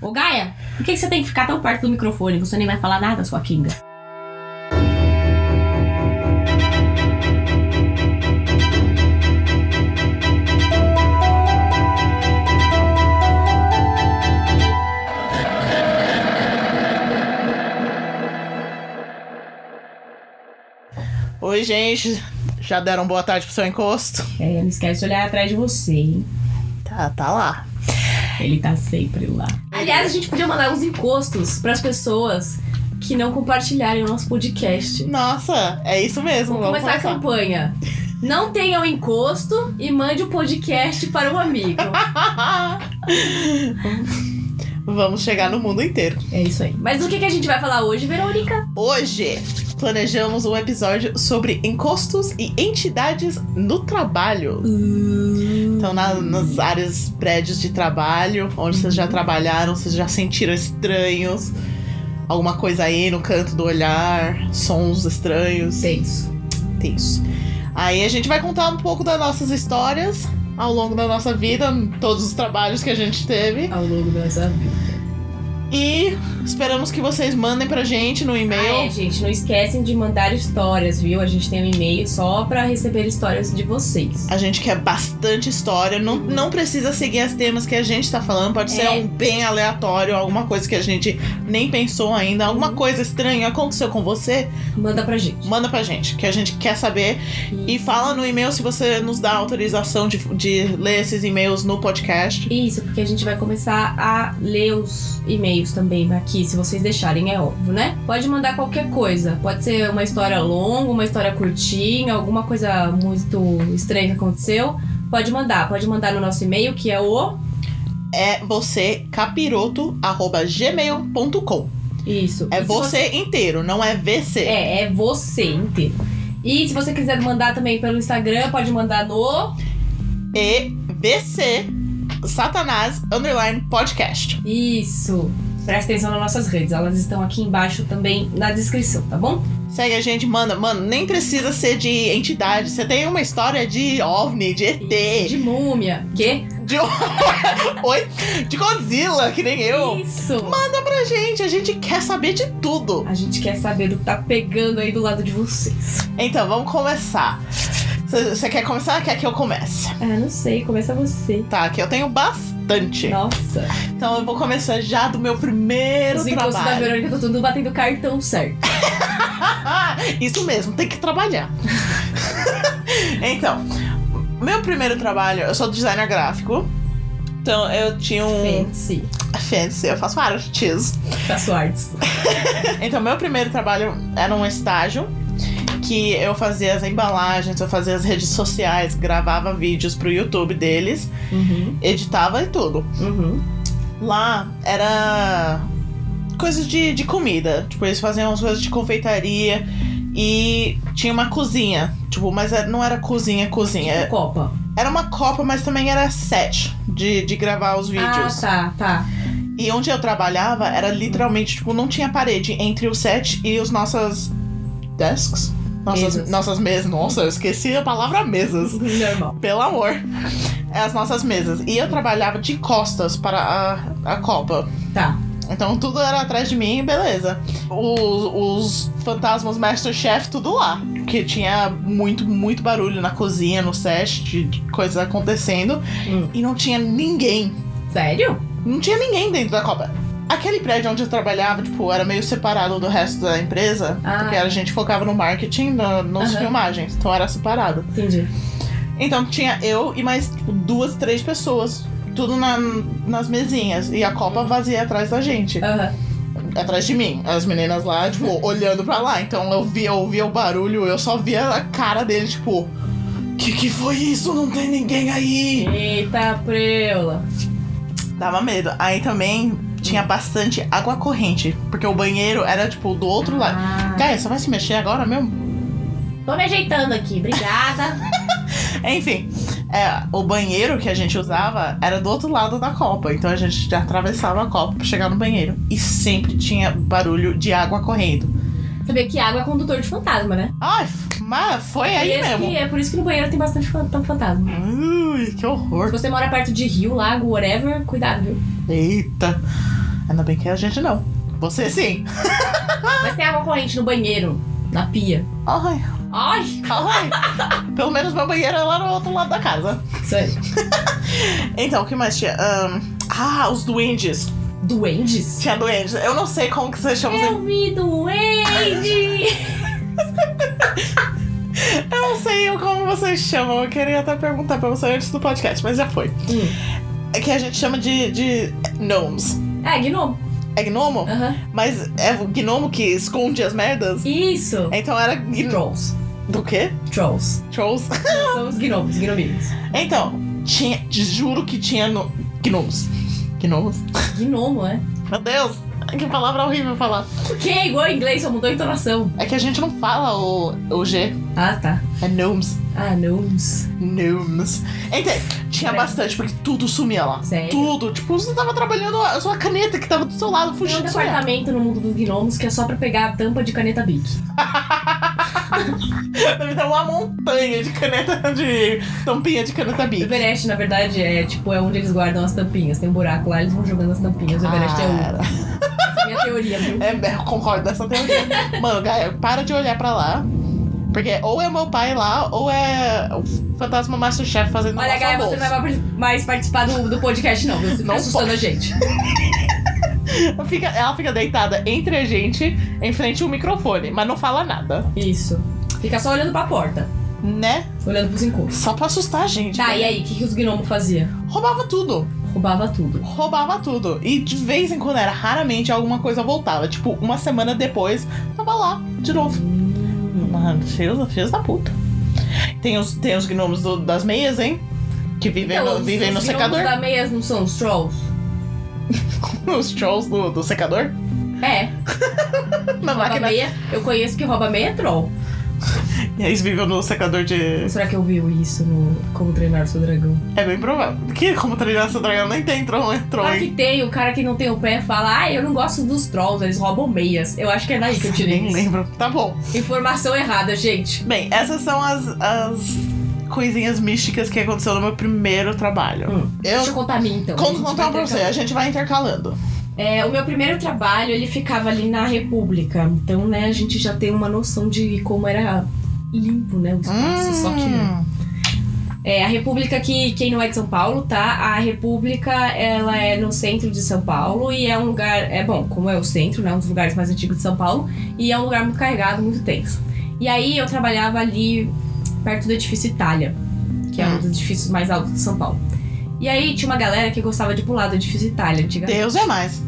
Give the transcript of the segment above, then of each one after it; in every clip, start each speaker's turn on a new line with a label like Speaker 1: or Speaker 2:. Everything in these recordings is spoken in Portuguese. Speaker 1: Ô Gaia, por que, que você tem que ficar tão perto do microfone? Você nem vai falar nada, sua Kinga.
Speaker 2: Oi, gente. Já deram boa tarde pro seu encosto?
Speaker 1: É, não esquece de olhar atrás de você, hein?
Speaker 2: Tá, tá lá.
Speaker 1: Ele tá sempre lá.
Speaker 3: Aliás, a gente podia mandar uns encostos pras pessoas que não compartilharem o nosso podcast.
Speaker 2: Nossa, é isso mesmo.
Speaker 3: Vamos começar a campanha. Não tenha o encosto e mande o podcast para um amigo.
Speaker 2: Vamos chegar no mundo inteiro.
Speaker 1: É isso aí.
Speaker 3: Mas do que, que a gente vai falar hoje, Verônica?
Speaker 2: Hoje planejamos um episódio sobre encostos e entidades no trabalho. Então, na- nas áreas, prédios de trabalho, onde vocês já trabalharam, vocês já sentiram estranhos, alguma coisa aí no canto do olhar, sons estranhos.
Speaker 1: Tenso.
Speaker 2: Tem isso. Aí a gente vai contar um pouco das nossas histórias ao longo da nossa vida, todos os trabalhos que a gente teve.
Speaker 1: Ao longo da nossa vida.
Speaker 2: E esperamos que vocês mandem pra gente no
Speaker 3: Ah, é,
Speaker 2: e-mail.
Speaker 3: gente, não esquecem de mandar histórias, viu? A gente tem um e-mail só pra receber histórias de vocês.
Speaker 2: A gente quer bastante história. Não, não precisa seguir os temas que a gente tá falando. Pode ser
Speaker 3: É.
Speaker 2: um bem aleatório, alguma coisa que a gente nem pensou ainda, alguma coisa estranha aconteceu com você.
Speaker 3: Manda pra gente.
Speaker 2: Manda pra gente, que a gente quer saber. E fala no e-mail se você nos dá autorização de, de ler esses e-mails no podcast.
Speaker 3: Isso, porque a gente vai começar a ler os e-mails também aqui, se vocês deixarem, é óbvio, né? Pode mandar qualquer coisa. Pode ser uma história longa, uma história curtinha, alguma coisa muito estranha que aconteceu. Pode mandar, pode mandar no nosso e-mail, que é o.
Speaker 2: é você capiroto@gmail.com.
Speaker 3: Isso.
Speaker 2: É
Speaker 3: E se
Speaker 2: você inteiro, não é VC.
Speaker 3: É, é você inteiro. E se você quiser mandar também pelo Instagram, pode mandar no.
Speaker 2: E VC Satanás underline podcast.
Speaker 3: Isso. Presta atenção nas nossas redes, elas estão aqui embaixo também na descrição, tá bom?
Speaker 2: Segue a gente, manda, mano, nem precisa ser de entidade. Você tem uma história de OVNI, de ET,
Speaker 3: De múmia. Que?
Speaker 2: de um- Oi, de Godzilla, que nem eu.
Speaker 3: Isso.
Speaker 2: Pra gente, a gente quer saber de tudo.
Speaker 3: A gente quer saber do que tá pegando aí do lado de vocês.
Speaker 2: Então, vamos começar. Você você quer começar? Quer que eu comece?
Speaker 3: Ah, não sei, começa você.
Speaker 2: Tá, que eu tenho bastante.
Speaker 3: Nossa,
Speaker 2: Então eu vou começar já do meu primeiro
Speaker 3: os encostos da
Speaker 2: trabalho.
Speaker 3: Verônica estão tudo batendo cartão certo.
Speaker 2: Ah, Isso mesmo, tem que trabalhar. então, meu primeiro trabalho, eu sou designer gráfico. Então eu tinha
Speaker 3: É.
Speaker 2: um
Speaker 3: Fancy.
Speaker 2: fancy, eu faço artes.
Speaker 3: Faço artes.
Speaker 2: Então meu primeiro trabalho era um estágio que eu fazia as embalagens, eu fazia as redes sociais, gravava vídeos pro YouTube deles,
Speaker 3: Uhum,
Speaker 2: editava e tudo.
Speaker 3: uhum.
Speaker 2: Lá era coisas de, de comida. Tipo, eles faziam umas coisas de confeitaria e tinha uma cozinha. Tipo, mas era- não era cozinha, cozinha.
Speaker 3: Tipo Copa.
Speaker 2: Era uma copa, mas também era set de, de gravar os vídeos.
Speaker 3: Ah, tá, tá.
Speaker 2: E onde eu trabalhava era literalmente, tipo, não tinha parede entre o set e os nossas desks. Nossas
Speaker 3: Mesas.
Speaker 2: nossas mesas. Nossa, eu esqueci a palavra mesas.
Speaker 3: tá. Normal.
Speaker 2: Pelo amor. É As nossas mesas. E eu trabalhava de costas para a, a copa.
Speaker 3: Tá.
Speaker 2: Então tudo era atrás de mim, beleza. Os, os fantasmas Masterchef, tudo lá. Que tinha muito, muito barulho na cozinha, no set, de, de coisas acontecendo.
Speaker 3: Hum.
Speaker 2: E não tinha ninguém.
Speaker 3: Sério?
Speaker 2: Não tinha ninguém dentro da Copa. Aquele prédio onde eu trabalhava, tipo, era meio separado do resto da empresa.
Speaker 3: Ah.
Speaker 2: Porque a gente focava no marketing, no, nos
Speaker 3: Aham.
Speaker 2: filmagens. Então era separado.
Speaker 3: Entendi.
Speaker 2: Então tinha eu e mais tipo, duas, três pessoas. Tudo na- nas mesinhas. E a
Speaker 3: Hum.
Speaker 2: copa vazia atrás da gente.
Speaker 3: Aham.
Speaker 2: Atrás de mim. As meninas lá, tipo, olhando pra lá. Então eu via, eu ouvia o barulho, eu só via a cara dele, tipo. Que que foi isso? Não tem ninguém aí!
Speaker 3: Eita, preula.
Speaker 2: Dava medo. Aí também tinha bastante água corrente. Porque o banheiro era, tipo, do outro lado.
Speaker 3: Ah,
Speaker 2: Cara, você vai se mexer agora mesmo?
Speaker 1: Tô me ajeitando aqui, obrigada.
Speaker 2: Enfim, é, o banheiro que a gente usava era do outro lado da copa. Então a gente já atravessava a copa pra chegar no banheiro. E sempre tinha barulho de água correndo.
Speaker 3: Sabia que água é condutor de fantasma, né?
Speaker 2: Ai, f- mas foi
Speaker 3: E
Speaker 2: aí
Speaker 3: esse
Speaker 2: mesmo.
Speaker 3: que- é por isso que no banheiro tem bastante fan- fantasma.
Speaker 2: Ui, que
Speaker 3: Se
Speaker 2: horror.
Speaker 3: você mora perto de rio, lago, whatever, cuidado, viu?
Speaker 2: Eita. Ainda bem que é a gente não. Você sim.
Speaker 3: Mas tem água corrente no banheiro, na pia.
Speaker 2: Ai,
Speaker 3: Ai!
Speaker 2: ai. Pelo menos meu banheiro é lá no outro lado da casa.
Speaker 3: Isso aí.
Speaker 2: Então, o que mais tinha? Ahn, ah, os duendes.
Speaker 3: Duendes?
Speaker 2: Tinha duendes. Eu não sei como que você chama. os-
Speaker 3: Eu vi duende!
Speaker 2: Eu não sei como vocês chamam. Eu queria até perguntar pra você antes do podcast, mas já foi.
Speaker 3: Hum.
Speaker 2: É que a gente chama de, de gnomes.
Speaker 3: É, gnomo.
Speaker 2: É gnomo?
Speaker 3: Aham.
Speaker 2: Mas é o gnomo que esconde as merdas?
Speaker 3: Isso.
Speaker 2: Então era
Speaker 3: É
Speaker 2: gnomo.
Speaker 3: Trolls.
Speaker 2: Do quê?
Speaker 3: Trolls.
Speaker 2: Trolls?
Speaker 3: Nós somos gnomos, gnominhos.
Speaker 2: Então, tinha. te Juro que tinha no... gnomos. Gnomos?
Speaker 3: Gnomo, é?
Speaker 2: Meu Deus! Que palavra horrível falar.
Speaker 3: Por que é igual em inglês, só mudou a entonação.
Speaker 2: É que a gente não fala o, o G.
Speaker 3: Ah, tá.
Speaker 2: É gnomes.
Speaker 3: Ah, gnomes.
Speaker 2: Gnomes. Entende? Tinha bastante, porque tudo sumia lá.
Speaker 3: Sério?
Speaker 2: Tudo. Tipo, você tava trabalhando a sua caneta que tava do seu lado,
Speaker 3: Tem um
Speaker 2: fugindo. sumia.
Speaker 3: departamento no mundo dos gnomos que é só pra pegar a tampa de caneta Bic.
Speaker 2: Deve ter Então, uma montanha de caneta de. tampinha de caneta
Speaker 3: O
Speaker 2: bic.
Speaker 3: Everest, na verdade, é tipo, é onde eles guardam as tampinhas. Tem um buraco lá, eles vão jogando as tampinhas. O Everest é um.
Speaker 2: Cara,
Speaker 3: Essa é a minha teoria, viu?
Speaker 2: é, eu concordo nessa teoria. Mano, Gaia, para de olhar pra lá. Porque ou é meu pai lá, ou é o fantasma Masterchef fazendo
Speaker 3: Olha,
Speaker 2: nosso
Speaker 3: Gaia, você não
Speaker 2: almoço.
Speaker 3: vai mais participar do, do podcast, não. viu? Você fica
Speaker 2: Não
Speaker 3: assustando a gente.
Speaker 2: Fica- ela fica deitada entre a gente, em frente ao microfone, mas não fala nada.
Speaker 3: Isso. Fica só olhando pra porta,
Speaker 2: Né?
Speaker 3: olhando pros encontros.
Speaker 2: Só pra assustar a gente.
Speaker 3: Tá,
Speaker 2: né?
Speaker 3: e aí, o que, que os gnomos faziam?
Speaker 2: Roubava tudo.
Speaker 3: Roubava tudo.
Speaker 2: Roubava tudo. E de vez em quando era raramente alguma coisa voltava. Tipo, uma semana depois, tava lá, de novo. Mano, filhos, filhos da puta. Tem os, tem os gnomos do- das meias, hein? Que vivem
Speaker 3: Então,
Speaker 2: no, vivem
Speaker 3: os
Speaker 2: no
Speaker 3: gnomos
Speaker 2: secador.
Speaker 3: da meias não são os trolls?
Speaker 2: Os trolls do, do secador.
Speaker 3: É.
Speaker 2: Na
Speaker 3: Rouba
Speaker 2: máquina.
Speaker 3: meia, eu conheço que rouba meia é troll.
Speaker 2: E eles vivem no secador de.
Speaker 3: Será que eu vi isso no Como Treinar o Seu Dragão?
Speaker 2: É bem provável. Porque como treinar essa dragão nem tem troll, é troll,
Speaker 3: Claro
Speaker 2: hein?
Speaker 3: que tem, o cara que não tem o pé fala, ah, eu não gosto dos trolls, eles roubam meias. Eu acho que é daí que eu tirei
Speaker 2: Nem
Speaker 3: isso.
Speaker 2: lembro. Tá bom.
Speaker 3: Informação errada, gente.
Speaker 2: Bem, essas são as, as coisinhas místicas que aconteceu no meu primeiro trabalho.
Speaker 3: Hum. Deixa eu
Speaker 2: Eu.
Speaker 3: contar a minha então. A
Speaker 2: Conto
Speaker 3: gente
Speaker 2: contar
Speaker 3: vai
Speaker 2: pra você, a gente vai intercalando.
Speaker 3: É, o meu primeiro trabalho, ele ficava ali na República. Então, né, a gente já tem uma noção de como era limpo, né, o espaço. Só que não.
Speaker 2: Hum.
Speaker 3: É, a República que, quem não é de São Paulo, tá? A República, ela é no centro de São Paulo e é um lugar... É bom, como é o centro, né? Um dos lugares mais antigos de São Paulo. E é um lugar muito carregado, muito tenso. E aí, eu trabalhava ali perto do Edifício Itália. Que é um
Speaker 2: Hum.
Speaker 3: dos edifícios mais altos de São Paulo. E aí, tinha uma galera que gostava de pular do Edifício Itália, antigamente.
Speaker 2: Deus é mais.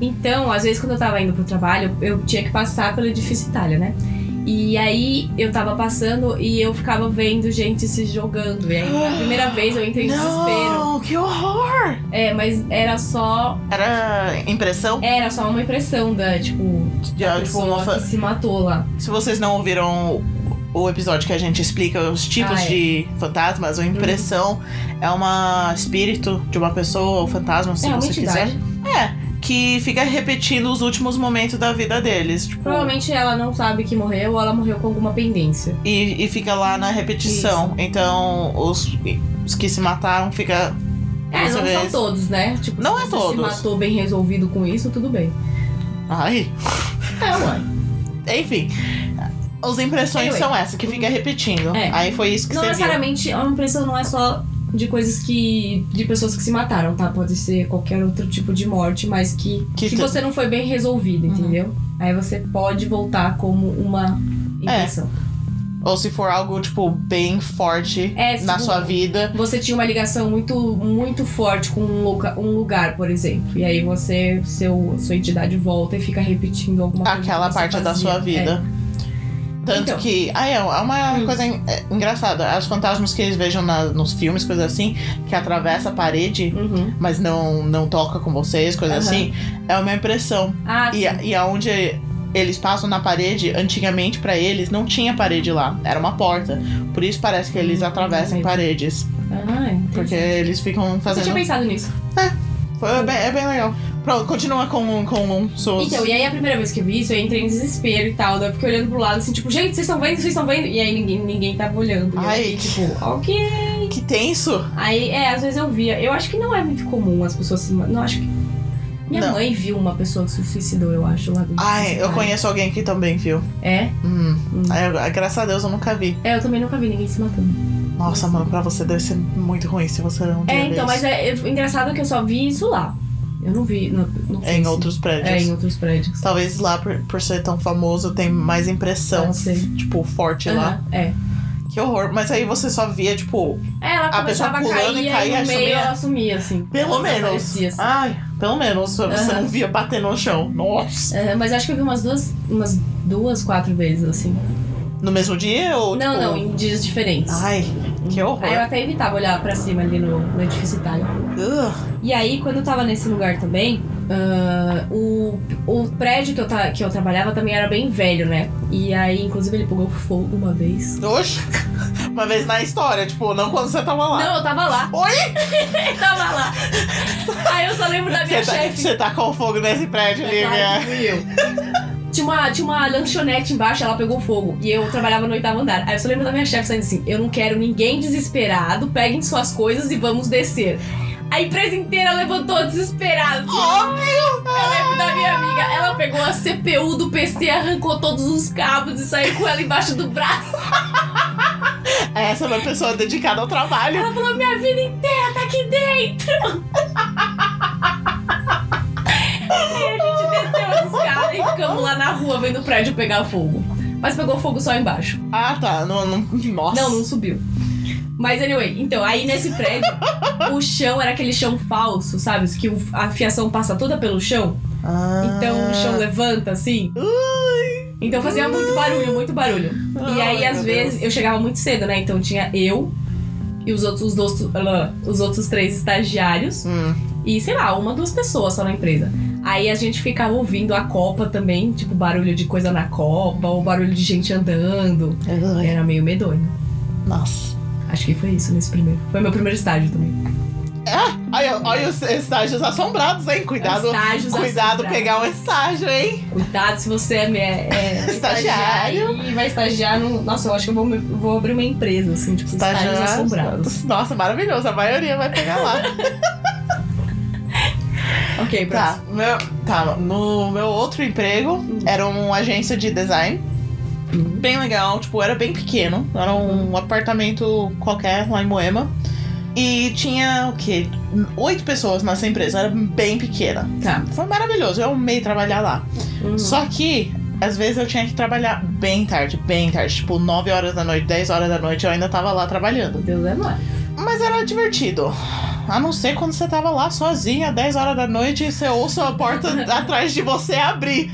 Speaker 3: Então, às vezes, quando eu tava indo pro trabalho, eu tinha que passar pelo edifício Itália, né? E aí eu tava passando e eu ficava vendo gente se jogando. E aí, a primeira vez eu entrei em desespero.
Speaker 2: Não, que horror!
Speaker 3: É, mas era só.
Speaker 2: Era impressão?
Speaker 3: Era só uma impressão da, tipo,
Speaker 2: de-
Speaker 3: a
Speaker 2: tipo,
Speaker 3: pessoa
Speaker 2: uma fa-
Speaker 3: que se matou lá.
Speaker 2: Se vocês não ouviram o episódio que a gente explica os tipos
Speaker 3: Ah, é.
Speaker 2: de fantasmas, ou impressão é uma espírito de uma pessoa ou fantasma, se
Speaker 3: é uma
Speaker 2: você quiser.
Speaker 3: entidade.
Speaker 2: que fica repetindo os últimos momentos da vida deles. Tipo,
Speaker 3: Provavelmente ela não sabe que morreu ou ela morreu com alguma pendência.
Speaker 2: e, e fica lá na repetição. Então, os, os que se mataram fica.
Speaker 3: É,
Speaker 2: Dessa
Speaker 3: não
Speaker 2: vez-
Speaker 3: são todos, né? Tipo,
Speaker 2: Não
Speaker 3: se
Speaker 2: é
Speaker 3: você
Speaker 2: todos.
Speaker 3: se matou bem resolvido com isso, tudo bem.
Speaker 2: Ai.
Speaker 3: É, ué.
Speaker 2: Enfim. As impressões
Speaker 3: Anyway.
Speaker 2: são essas, que fica repetindo.
Speaker 3: É.
Speaker 2: Aí foi isso que
Speaker 3: Não
Speaker 2: você viu.
Speaker 3: necessariamente, a impressão não é só de coisas que. de pessoas que se mataram, tá? Pode ser qualquer outro tipo de morte, mas que,
Speaker 2: Que
Speaker 3: que,
Speaker 2: tu-
Speaker 3: você não foi bem resolvido,
Speaker 2: Uhum.
Speaker 3: entendeu? Aí você pode voltar como uma
Speaker 2: É.
Speaker 3: impressão.
Speaker 2: Ou se for algo, tipo, bem forte
Speaker 3: É,
Speaker 2: na
Speaker 3: tipo,
Speaker 2: sua vida.
Speaker 3: Você tinha uma ligação muito, muito forte com um, loca, um lugar, por exemplo. E aí você, seu, sua entidade volta e fica repetindo alguma coisa. que
Speaker 2: aquela
Speaker 3: então você
Speaker 2: parte da
Speaker 3: fazia. é.
Speaker 2: sua vida. Tanto
Speaker 3: Então.
Speaker 2: que. Ah, é, é uma
Speaker 3: Hum.
Speaker 2: coisa en- é, engraçada. Os fantasmas que eles vejam na- nos filmes, coisas assim, que atravessa a
Speaker 3: É.
Speaker 2: parede,
Speaker 3: Uhum.
Speaker 2: mas não, não toca com vocês, coisas
Speaker 3: Aham.
Speaker 2: assim, é uma impressão.
Speaker 3: Ah,
Speaker 2: E, a- e aonde eles passam na parede, antigamente pra eles não tinha parede lá, era uma porta. Por isso parece que eles
Speaker 3: Hum,
Speaker 2: atravessam
Speaker 3: entendi.
Speaker 2: paredes.
Speaker 3: ah entendi.
Speaker 2: Porque eles ficam
Speaker 3: Você tinha
Speaker 2: fazendo.
Speaker 3: pensado nisso.
Speaker 2: Foi- É bem, é bem legal. Pronto, continua com, um com seus.
Speaker 3: Então, e aí a primeira vez que eu vi isso, eu entrei em desespero e tal. Daí eu fiquei olhando pro lado, assim, tipo, gente, vocês estão vendo, vocês estão vendo? E aí ninguém, ninguém tava olhando. E eu
Speaker 2: Ai.
Speaker 3: fiquei, tipo, ok.
Speaker 2: Que tenso!
Speaker 3: Aí, é, às vezes eu via. Eu acho que não é muito comum as pessoas se. ma- Não acho que. Minha
Speaker 2: Não.
Speaker 3: mãe viu uma pessoa que se suicidou, eu acho, lá dentro.
Speaker 2: Ai, eu conheço alguém que também viu.
Speaker 3: É?
Speaker 2: Hum.
Speaker 3: Hum.
Speaker 2: Ai, eu- graças a Deus eu nunca vi.
Speaker 3: É, eu também nunca vi ninguém se matando.
Speaker 2: Nossa, mano, pra você deve ser muito ruim se você não
Speaker 3: É, então, mas é, é engraçado que eu só vi isso lá. Eu não vi. Não, não sei
Speaker 2: Em
Speaker 3: se-
Speaker 2: outros prédios.
Speaker 3: É, em outros prédios.
Speaker 2: Talvez lá, por, por ser tão famoso, tem mais impressão,
Speaker 3: Pode ser.
Speaker 2: tipo, forte lá.
Speaker 3: Então, assim, É. Aham, É.
Speaker 2: Que horror. Mas aí você só via, tipo,
Speaker 3: É, ela
Speaker 2: A pessoa
Speaker 3: começava a
Speaker 2: pulando
Speaker 3: cair,
Speaker 2: e
Speaker 3: e
Speaker 2: caía,
Speaker 3: aí no meio
Speaker 2: sumia.
Speaker 3: ela sumia, assim.
Speaker 2: pelo
Speaker 3: Ela
Speaker 2: menos.
Speaker 3: desaparecia, assim.
Speaker 2: Ai, pelo menos. Você
Speaker 3: Aham.
Speaker 2: não via bater no chão. Nossa.
Speaker 3: É, mas acho que eu vi umas duas, umas duas, quatro vezes, assim.
Speaker 2: No mesmo dia ou.
Speaker 3: não,
Speaker 2: tipo...
Speaker 3: não, em dias diferentes.
Speaker 2: Ai, que horror.
Speaker 3: Aí eu até evitava olhar pra cima ali no, no edifício Itália.
Speaker 2: Ugh.
Speaker 3: E aí, quando eu tava nesse lugar também, ah, o, o prédio que eu, ta- que eu trabalhava também era bem velho, né? E aí, inclusive, ele pegou fogo uma vez.
Speaker 2: Oxe. Uma vez na história, tipo, não quando você tava lá.
Speaker 3: Não, eu tava lá.
Speaker 2: Oi?
Speaker 3: eu tava lá. Aí eu só lembro da minha
Speaker 2: Você tá,
Speaker 3: chefe.
Speaker 2: você tá com fogo nesse prédio,
Speaker 3: É claro que fui
Speaker 2: Lívia.
Speaker 3: eu. Tinha uma, tinha uma lanchonete embaixo, ela pegou fogo. E eu trabalhava no oitavo andar. Aí eu só lembro da minha chefe saindo assim: Eu não quero ninguém desesperado, peguem suas coisas e vamos descer. A empresa inteira levantou desesperada.
Speaker 2: Óbvio!
Speaker 3: Eu lembro da minha amiga, ela pegou a CPU do PC, arrancou todos os cabos e saiu com ela embaixo do braço.
Speaker 2: Essa é uma pessoa dedicada ao trabalho.
Speaker 3: Ela falou: Minha vida inteira tá aqui dentro. Aí a gente desceu as escadas e ficamos lá na rua vendo o prédio pegar fogo. Mas pegou fogo só embaixo.
Speaker 2: Ah, tá. Não, não- Nossa.
Speaker 3: Não, não subiu. Mas anyway, então, aí nesse prédio, o chão era aquele chão falso, sabe? Que o- a fiação passa toda pelo chão.
Speaker 2: Ah.
Speaker 3: Então o chão levanta assim. Então fazia muito barulho, muito barulho. E aí,
Speaker 2: Ai,
Speaker 3: às
Speaker 2: meu
Speaker 3: vezes,
Speaker 2: Deus.
Speaker 3: eu chegava muito cedo, né? Então tinha eu e os outros, os dois, os outros três estagiários.
Speaker 2: Hum.
Speaker 3: E, sei lá, uma, duas pessoas só na empresa. Aí a gente ficava ouvindo a copa também, tipo, barulho de coisa na copa, ou barulho de gente andando.
Speaker 2: Ai,
Speaker 3: Era meio medonho.
Speaker 2: Nossa.
Speaker 3: Acho que foi isso nesse primeiro. Foi meu primeiro estágio também.
Speaker 2: Olha, olha os estágios assombrados, hein? Cuidado.
Speaker 3: Estágios assim,
Speaker 2: Cuidado
Speaker 3: assombrados.
Speaker 2: pegar um estágio, hein?
Speaker 3: Cuidado se você é, é, é
Speaker 2: Estagiário.
Speaker 3: E vai estagiar no. Nossa, eu acho que eu vou, me- vou abrir uma empresa, assim, tipo, estágios
Speaker 2: Estagiários.
Speaker 3: assombrados.
Speaker 2: Nossa, maravilhoso. A maioria vai pegar lá.
Speaker 3: Ok,
Speaker 2: Tá,
Speaker 3: próximo.
Speaker 2: meu, tá, no meu outro emprego era uma agência de design.
Speaker 3: Hum.
Speaker 2: Bem legal, tipo, era bem pequeno. Era um apartamento qualquer lá em Moema. E tinha o quê? Oito pessoas nessa empresa, era bem pequena.
Speaker 3: Tá.
Speaker 2: Foi maravilhoso, eu amei trabalhar lá.
Speaker 3: Hum.
Speaker 2: Só que, às vezes, eu tinha que trabalhar bem tarde, bem tarde. Tipo, 9 horas da noite, 10 horas da noite, eu ainda tava lá trabalhando.
Speaker 3: Deus é mais.
Speaker 2: Mas era divertido. A não ser quando você tava lá sozinha, 10 horas da noite, e você ouça a porta atrás de você abrir.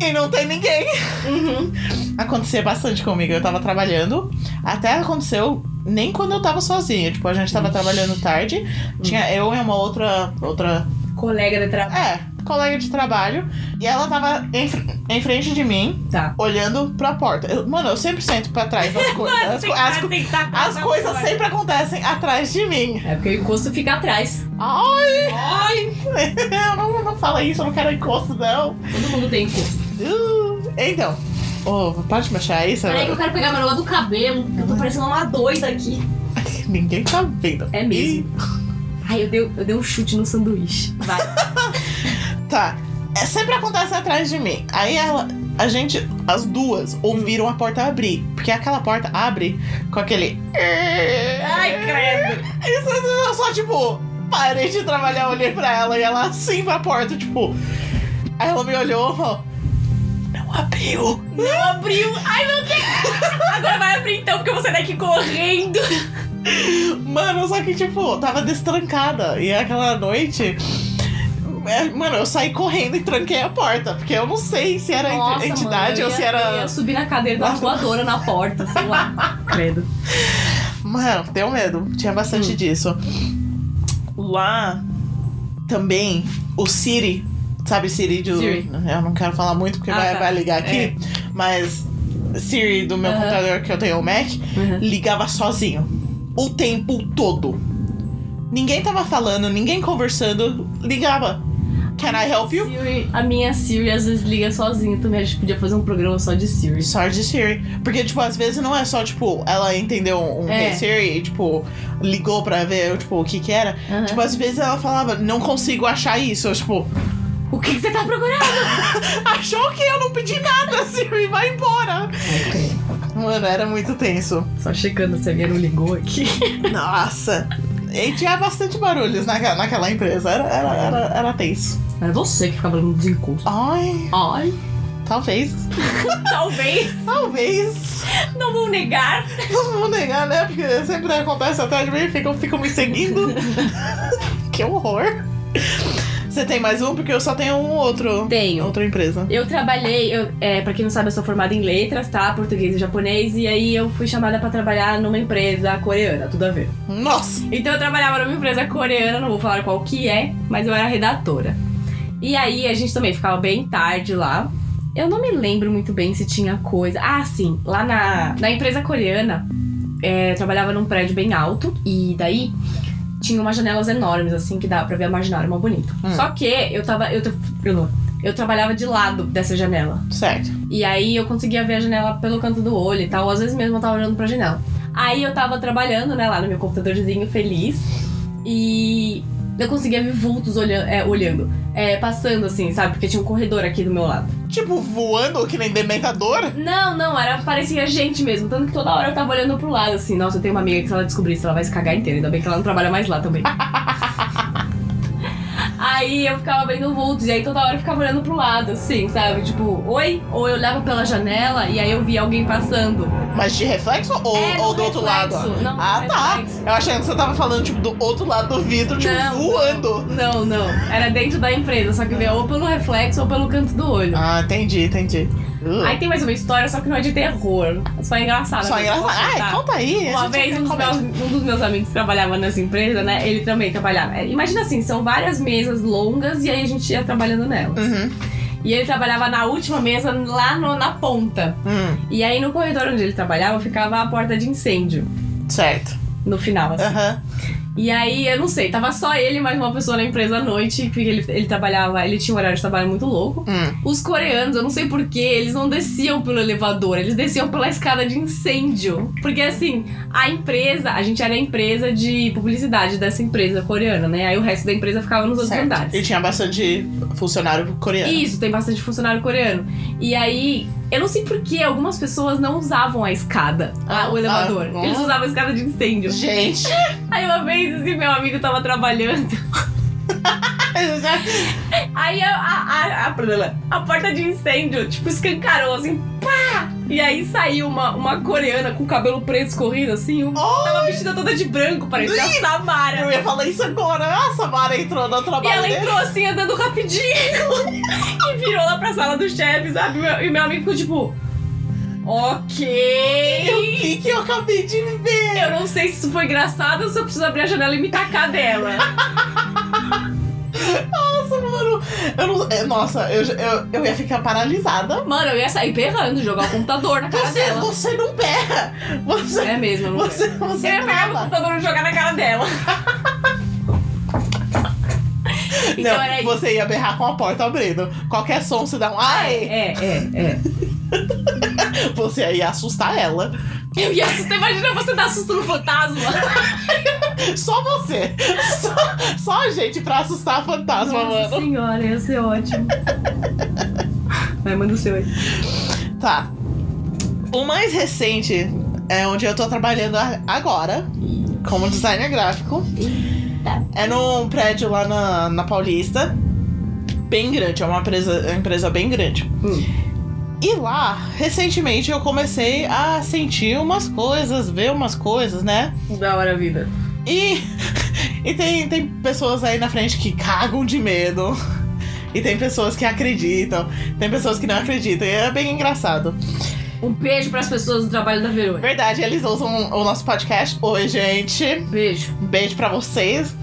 Speaker 2: E não tem ninguém.
Speaker 3: Uhum.
Speaker 2: Acontecia bastante comigo. Eu tava trabalhando. Até aconteceu nem quando eu tava sozinha. Tipo, a gente tava
Speaker 3: Ixi.
Speaker 2: trabalhando tarde. Tinha eu e uma outra. outra.
Speaker 3: Colega de trabalho.
Speaker 2: É, colega de trabalho. E ela tava em, fr- em frente de mim,
Speaker 3: Tá.
Speaker 2: olhando pra porta. Eu- mano, eu sempre sento pra trás das coisas. As, co- as co-
Speaker 3: tá
Speaker 2: as coisas sempre acontecem atrás de mim.
Speaker 3: É porque o encosto fica atrás.
Speaker 2: Ai!
Speaker 3: Ai!
Speaker 2: Eu não, não fala isso, eu não quero encosto, não.
Speaker 3: Todo mundo tem encosto.
Speaker 2: Uh, então, oh, pode mexer aí,
Speaker 3: Tá.
Speaker 1: Peraí que eu
Speaker 2: sabe?
Speaker 1: quero pegar a marola do cabelo, que eu
Speaker 3: Uhum.
Speaker 1: tô parecendo uma doida aqui.
Speaker 2: Ninguém tá vendo.
Speaker 3: É mesmo. Ai, eu dei, eu dei um chute no sanduíche. Vai.
Speaker 2: Ih, tá. É, sempre acontece atrás de mim. Aí ela. A gente, as duas, ouviram a porta abrir. Porque aquela porta abre com aquele.
Speaker 3: Ai, credo.
Speaker 2: Isso eu só, tipo, parei de trabalhar, olhei pra ela e ela assim pra porta, tipo. Aí ela me olhou e falou: Não abriu.
Speaker 3: Não abriu. Ai, meu Deus. Agora vai abrir então, porque você daqui correndo.
Speaker 2: Mano, só que, tipo, tava destrancada. E aquela noite. é, Mano, eu saí correndo e tranquei a porta. Porque eu não sei se era
Speaker 3: Nossa,
Speaker 2: ent-
Speaker 3: mano,
Speaker 2: entidade
Speaker 3: eu
Speaker 2: ou se
Speaker 3: ia-
Speaker 2: era.
Speaker 3: Eu ia subir na cadeira da voadora na porta, sei lá. Credo.
Speaker 2: Mano, deu medo. Tinha
Speaker 3: Hum.
Speaker 2: bastante disso. Lá também, o Siri. Sabe, Siri do.
Speaker 3: Siri.
Speaker 2: Eu não quero falar muito porque
Speaker 3: Ah,
Speaker 2: vai,
Speaker 3: tá.
Speaker 2: vai ligar aqui.
Speaker 3: É.
Speaker 2: Mas Siri do meu
Speaker 3: Aham.
Speaker 2: computador que eu tenho o Mac
Speaker 3: Uhum.
Speaker 2: ligava sozinho. O tempo todo. Ninguém tava falando, ninguém conversando, ligava. Can I help you?
Speaker 3: Siri- a minha Siri às vezes liga sozinha também. A gente podia fazer um programa só de Siri.
Speaker 2: Sorry de Siri. Porque, tipo, às vezes não é só, tipo, ela entendeu um
Speaker 3: É.
Speaker 2: Hey Siri e, tipo, ligou pra ver, tipo, o que que era.
Speaker 3: Aham.
Speaker 2: Tipo, às vezes ela falava, não consigo achar isso. Eu, tipo,
Speaker 3: O que, que você tá procurando?
Speaker 2: achou que eu não pedi nada, Siri, vai embora. Mano, era muito tenso.
Speaker 3: Só checando se a minha não ligou aqui.
Speaker 2: Nossa. E tinha bastante barulhos naquela, naquela empresa. Era, era, era, era tenso.
Speaker 3: Era você que ficava no desencontro.
Speaker 2: Ai,
Speaker 3: Ai,
Speaker 2: talvez.
Speaker 3: talvez.
Speaker 2: Talvez.
Speaker 3: Não vou negar.
Speaker 2: Não vou negar, né? Porque sempre acontece atrás de mim, ficam, ficam me seguindo. que horror. Você tem mais um? Porque eu só tenho um outro.
Speaker 3: Tenho.
Speaker 2: Outra empresa.
Speaker 3: Eu trabalhei, eu, é, pra quem não sabe, eu sou formada em letras, tá? Português e japonês. E aí eu fui chamada pra trabalhar numa empresa coreana, tudo a ver.
Speaker 2: Nossa!
Speaker 3: Então eu trabalhava numa empresa coreana, não vou falar qual que é, mas eu era redatora. E aí a gente também ficava bem tarde lá. Eu não me lembro muito bem se tinha coisa. Ah, sim, lá na, na empresa coreana, é, eu trabalhava num prédio bem alto e daí tinha umas janelas enormes, assim, que dava pra ver a marginal, uma bonita.
Speaker 2: Hum.
Speaker 3: Só que eu tava. Eu, tra- eu, eu trabalhava de lado dessa janela.
Speaker 2: Certo.
Speaker 3: E aí eu conseguia ver a janela pelo canto do olho e tal. Às vezes mesmo eu tava olhando pra janela. Aí eu tava trabalhando, né, lá no meu computadorzinho feliz. E eu conseguia ver vultos olha- é, olhando. É, passando assim, sabe? Porque tinha um corredor aqui do meu lado.
Speaker 2: Tipo, voando que nem dementador?
Speaker 3: Não, não, era parecia gente mesmo. Tanto que toda hora eu tava olhando pro lado, assim. Nossa, eu tenho uma amiga que se ela descobrir isso, ela vai se cagar inteira. Ainda bem que ela não trabalha mais lá também. Aí eu ficava vendo vultos, e aí toda hora eu ficava olhando pro lado, assim, sabe? Tipo, oi? Ou eu olhava pela janela e aí eu via alguém passando.
Speaker 2: Mas de reflexo ou,
Speaker 3: É,
Speaker 2: ou
Speaker 3: no
Speaker 2: do outro
Speaker 3: reflexo.
Speaker 2: lado?
Speaker 3: Não, no
Speaker 2: ah, tá.
Speaker 3: reflexo.
Speaker 2: Eu achando que você tava falando, tipo, do outro lado do vidro, tipo,
Speaker 3: Não,
Speaker 2: voando.
Speaker 3: Não, não. Era dentro da empresa, só que veio ou pelo reflexo ou pelo canto do olho.
Speaker 2: Ah, entendi, entendi. Uh.
Speaker 3: Aí tem mais uma história, só que não é de terror. Só é engraçado.
Speaker 2: Só Ah, engraçado. Ai, conta aí. a
Speaker 3: Uma
Speaker 2: gente
Speaker 3: vez
Speaker 2: quer
Speaker 3: um dos,
Speaker 2: comédia.
Speaker 3: meus, um dos meus amigos que trabalhava nessa empresa, né? Ele também trabalhava. É, Imagina assim, são várias mesas longas e aí a gente ia trabalhando nelas.
Speaker 2: Uhum.
Speaker 3: E ele trabalhava na última mesa, lá no- na ponta.
Speaker 2: Hum,
Speaker 3: E aí no corredor onde ele trabalhava ficava a porta de incêndio,
Speaker 2: certo.
Speaker 3: no final, assim.
Speaker 2: Aham.
Speaker 3: E aí, eu não sei, tava só ele e mais uma pessoa na empresa à noite, porque ele, ele trabalhava, ele tinha um horário de trabalho muito louco.
Speaker 2: Hum.
Speaker 3: Os coreanos, eu não sei porquê, eles não desciam pelo elevador, eles desciam pela escada de incêndio. Porque assim, a empresa, a gente era a empresa de publicidade dessa empresa coreana, né? Aí o resto da empresa ficava nos outros
Speaker 2: certo. E
Speaker 3: andares.
Speaker 2: tinha bastante funcionário coreano.
Speaker 3: Isso, tem bastante funcionário coreano. E aí, eu não sei porquê, algumas pessoas não usavam a escada, a-
Speaker 2: Ah,
Speaker 3: o elevador.
Speaker 2: ah, ah.
Speaker 3: Eles usavam a escada de incêndio.
Speaker 2: Gente,
Speaker 3: Aí uma vez, assim, meu amigo tava trabalhando.
Speaker 2: eu já-
Speaker 3: Aí a, a, a, a, a porta de incêndio, tipo, escancarou assim, pá! E aí saiu uma, uma coreana com o cabelo preto escorrido, assim, um, tava vestida toda de branco, parecia a
Speaker 2: eu
Speaker 3: Samara.
Speaker 2: ia falar isso agora. Ah, A Samara entrou no
Speaker 3: E
Speaker 2: trabalho
Speaker 3: ela
Speaker 2: dele.
Speaker 3: entrou assim, andando rapidinho, e virou lá pra sala do chefe, sabe? E meu, e meu amigo ficou tipo. Ok.
Speaker 2: O que, que eu acabei de ver?
Speaker 3: Eu não sei se isso foi engraçado ou se eu preciso abrir a janela e me tacar dela.
Speaker 2: Nossa, mano. Ah, Eu não- é, nossa, eu, eu, eu ia ficar paralisada.
Speaker 3: Mano, eu ia sair berrando, jogar o computador na cara
Speaker 2: Você,
Speaker 3: dela.
Speaker 2: você não berra. Você,
Speaker 3: É mesmo, eu não Então, quero.
Speaker 2: você,
Speaker 3: Você
Speaker 2: você
Speaker 3: ia
Speaker 2: não
Speaker 3: pegar meu
Speaker 2: berra.
Speaker 3: computador e jogar na cara dela. então
Speaker 2: não,
Speaker 3: era isso.
Speaker 2: você ia berrar com a porta abrindo. Qualquer som você dá um ai,
Speaker 3: É, é, é.
Speaker 2: você ia assustar ela.
Speaker 3: Eu ia assustar. Imagina você dar susto no fantasma.
Speaker 2: Só você. Só, só a gente pra assustar a fantasma, mano.
Speaker 3: senhora, ia ser ótimo. Vai, manda o seu aí.
Speaker 2: Tá. O mais recente é onde eu tô trabalhando a- agora, como designer gráfico. É num prédio lá na, na Paulista. Bem grande, é uma empresa, é uma empresa bem grande.
Speaker 3: Hum.
Speaker 2: E lá, recentemente, eu comecei a sentir umas coisas, ver umas coisas, né?
Speaker 3: Da hora vida.
Speaker 2: E, e tem, tem pessoas aí na frente que cagam de medo. E tem pessoas que acreditam, tem pessoas que não acreditam. E é bem engraçado. É
Speaker 3: Um beijo pras pessoas do trabalho da Verônica.
Speaker 2: Verdade, eles usam o nosso podcast. Oi, gente.
Speaker 3: Beijo.
Speaker 2: Beijo pra vocês.